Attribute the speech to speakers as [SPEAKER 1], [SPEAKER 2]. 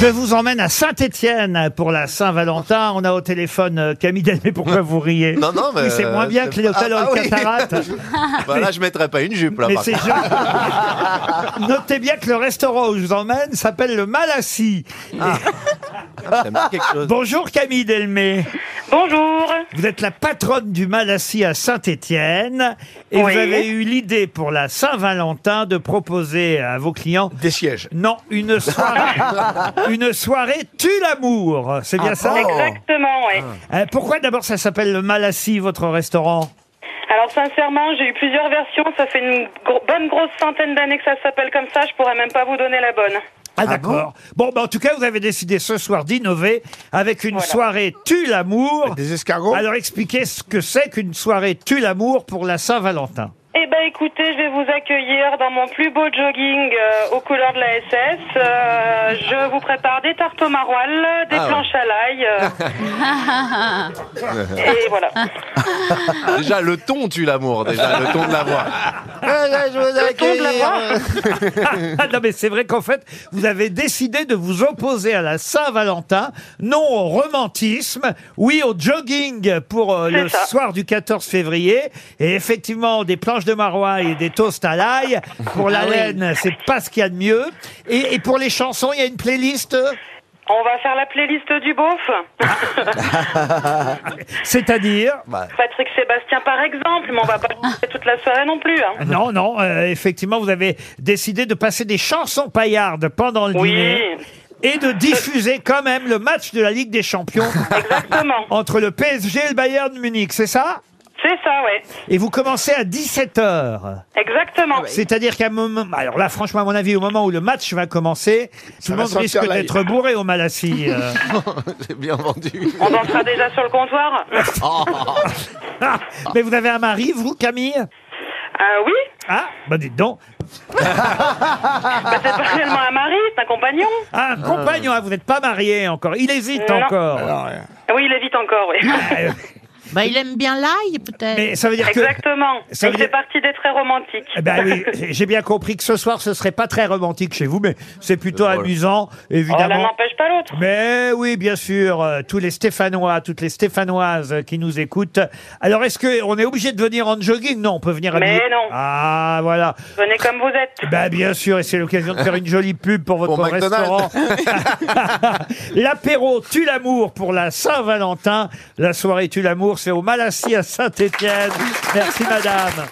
[SPEAKER 1] Je vous emmène à Saint-Étienne pour la Saint-Valentin. On a au téléphone euh, Camille Delmé. Pourquoi vous riez
[SPEAKER 2] Non, non, mais.
[SPEAKER 1] Oui, c'est moins bien que les hôtels
[SPEAKER 2] Ah, ah
[SPEAKER 1] aux
[SPEAKER 2] oui.
[SPEAKER 1] cataractes.
[SPEAKER 2] Bah là, je mettrais pas une jupe, là,
[SPEAKER 1] Mais
[SPEAKER 2] par
[SPEAKER 1] c'est
[SPEAKER 2] contre.
[SPEAKER 1] joli. Notez bien que le restaurant où je vous emmène s'appelle le Malassis.
[SPEAKER 2] Ça me dit quelque chose.
[SPEAKER 1] Bonjour Camille Delmé.
[SPEAKER 3] Bonjour.
[SPEAKER 2] Ah.
[SPEAKER 1] Vous êtes la patronne du Malassis à Saint-Étienne et
[SPEAKER 3] Oui.
[SPEAKER 1] vous avez eu l'idée pour la Saint-Valentin de proposer à vos clients
[SPEAKER 2] Des sièges.
[SPEAKER 1] non, une soirée, une soirée tue l'amour. C'est bien ça
[SPEAKER 2] bon
[SPEAKER 3] Exactement, ouais.
[SPEAKER 2] Ah.
[SPEAKER 1] Euh, Pourquoi d'abord ça s'appelle le Malassis, votre restaurant
[SPEAKER 3] Alors sincèrement, j'ai eu plusieurs versions. Ça fait une gro- bonne grosse centaine d'années que ça s'appelle comme ça. Je pourrais même pas vous donner la bonne.
[SPEAKER 1] Ah, d'accord. Bon, bah, en tout cas, vous avez décidé ce soir d'innover avec une soirée tue l'amour.
[SPEAKER 4] Des escargots
[SPEAKER 1] Alors expliquez ce que c'est qu'une soirée tue l'amour pour la Saint-Valentin.
[SPEAKER 3] Eh ben écoutez, je vais vous accueillir dans mon plus beau jogging euh, aux couleurs de la SS. Euh, je vous prépare des tartes au maroilles, des
[SPEAKER 2] Ah ouais.
[SPEAKER 3] planches à l'ail. euh, et voilà.
[SPEAKER 2] Déjà, le ton tue l'amour, déjà, le ton de la voix. Ah, là, je vous
[SPEAKER 3] ton de la
[SPEAKER 2] accueille.
[SPEAKER 3] voix.
[SPEAKER 1] Ah, non, mais c'est vrai qu'en fait, vous avez décidé de vous opposer à la Saint-Valentin, non au romantisme, oui au jogging pour euh,
[SPEAKER 3] C'est
[SPEAKER 1] le
[SPEAKER 3] ça.
[SPEAKER 1] soir du 14 février, et effectivement des planches de marois et des toasts à l'ail. Pour la laine, c'est pas ce qu'il y a de mieux. Et, et pour les chansons, il y a une playlist, euh,
[SPEAKER 3] On va faire la playlist du beauf.
[SPEAKER 1] c'est-à-dire...
[SPEAKER 3] Patrick Sébastien par exemple, mais on va pas le faire toute la soirée non plus. hein.
[SPEAKER 1] Non, non, euh, effectivement, vous avez décidé de passer des chansons paillardes pendant le
[SPEAKER 3] Oui.
[SPEAKER 1] dîner et de diffuser quand même le match de la Ligue des Champions
[SPEAKER 3] Exactement.
[SPEAKER 1] entre le PSG et le Bayern de Munich, c'est ça
[SPEAKER 3] C'est ça, ouais.
[SPEAKER 1] Et vous commencez à 17h. Ah
[SPEAKER 3] Exactement.
[SPEAKER 1] C'est-à-dire qu'à un moment... Alors là, franchement, à mon avis, au moment où le match va commencer, tout le
[SPEAKER 4] va
[SPEAKER 1] monde
[SPEAKER 4] sentir
[SPEAKER 1] risque
[SPEAKER 4] l'ail.
[SPEAKER 1] d'être bourré au Malassis. euh.
[SPEAKER 2] J'ai bien vendu.
[SPEAKER 3] On dansera déjà sur le comptoir
[SPEAKER 1] Ah, mais vous avez un mari, vous, Camille
[SPEAKER 3] Ah oui
[SPEAKER 1] Ah, bah dites donc.
[SPEAKER 3] bah, C'est pas réellement un mari, c'est un compagnon.
[SPEAKER 1] Ah, un compagnon, ah, vous n'êtes pas marié encore. Il hésite
[SPEAKER 3] Non.
[SPEAKER 1] encore.
[SPEAKER 3] Oui, il évite encore, oui.
[SPEAKER 1] Euh,
[SPEAKER 5] Bah, il aime bien l'ail, peut-être.
[SPEAKER 1] Mais ça veut dire que...
[SPEAKER 3] Exactement.
[SPEAKER 1] ça veut
[SPEAKER 3] Il fait
[SPEAKER 1] dire-
[SPEAKER 3] partie des très romantiques.
[SPEAKER 1] Eh Ben oui, j'ai- j'ai bien compris que ce soir, ce serait pas très romantique chez vous, mais c'est plutôt
[SPEAKER 4] Euh,
[SPEAKER 2] drôle.
[SPEAKER 1] amusant,
[SPEAKER 3] Oh, l'un
[SPEAKER 1] évidemment.
[SPEAKER 3] n'empêche pas l'autre.
[SPEAKER 1] mais oui, bien sûr, euh, tous les Stéphanois, toutes les Stéphanoises euh, qui nous écoutent. Alors, est-ce que on est obligé de venir en jogging Non, on peut venir.
[SPEAKER 3] Mais
[SPEAKER 1] habillé-
[SPEAKER 3] non.
[SPEAKER 1] Ah, voilà.
[SPEAKER 3] Venez comme vous êtes.
[SPEAKER 1] Ben bien sûr, et c'est l'occasion de faire une jolie pub pour votre
[SPEAKER 2] Pour McDonald's.
[SPEAKER 1] restaurant. L'apéro tue l'amour pour la Saint-Valentin. La soirée tue l'amour, c'est au Malassis à Saint-Étienne. Merci, madame.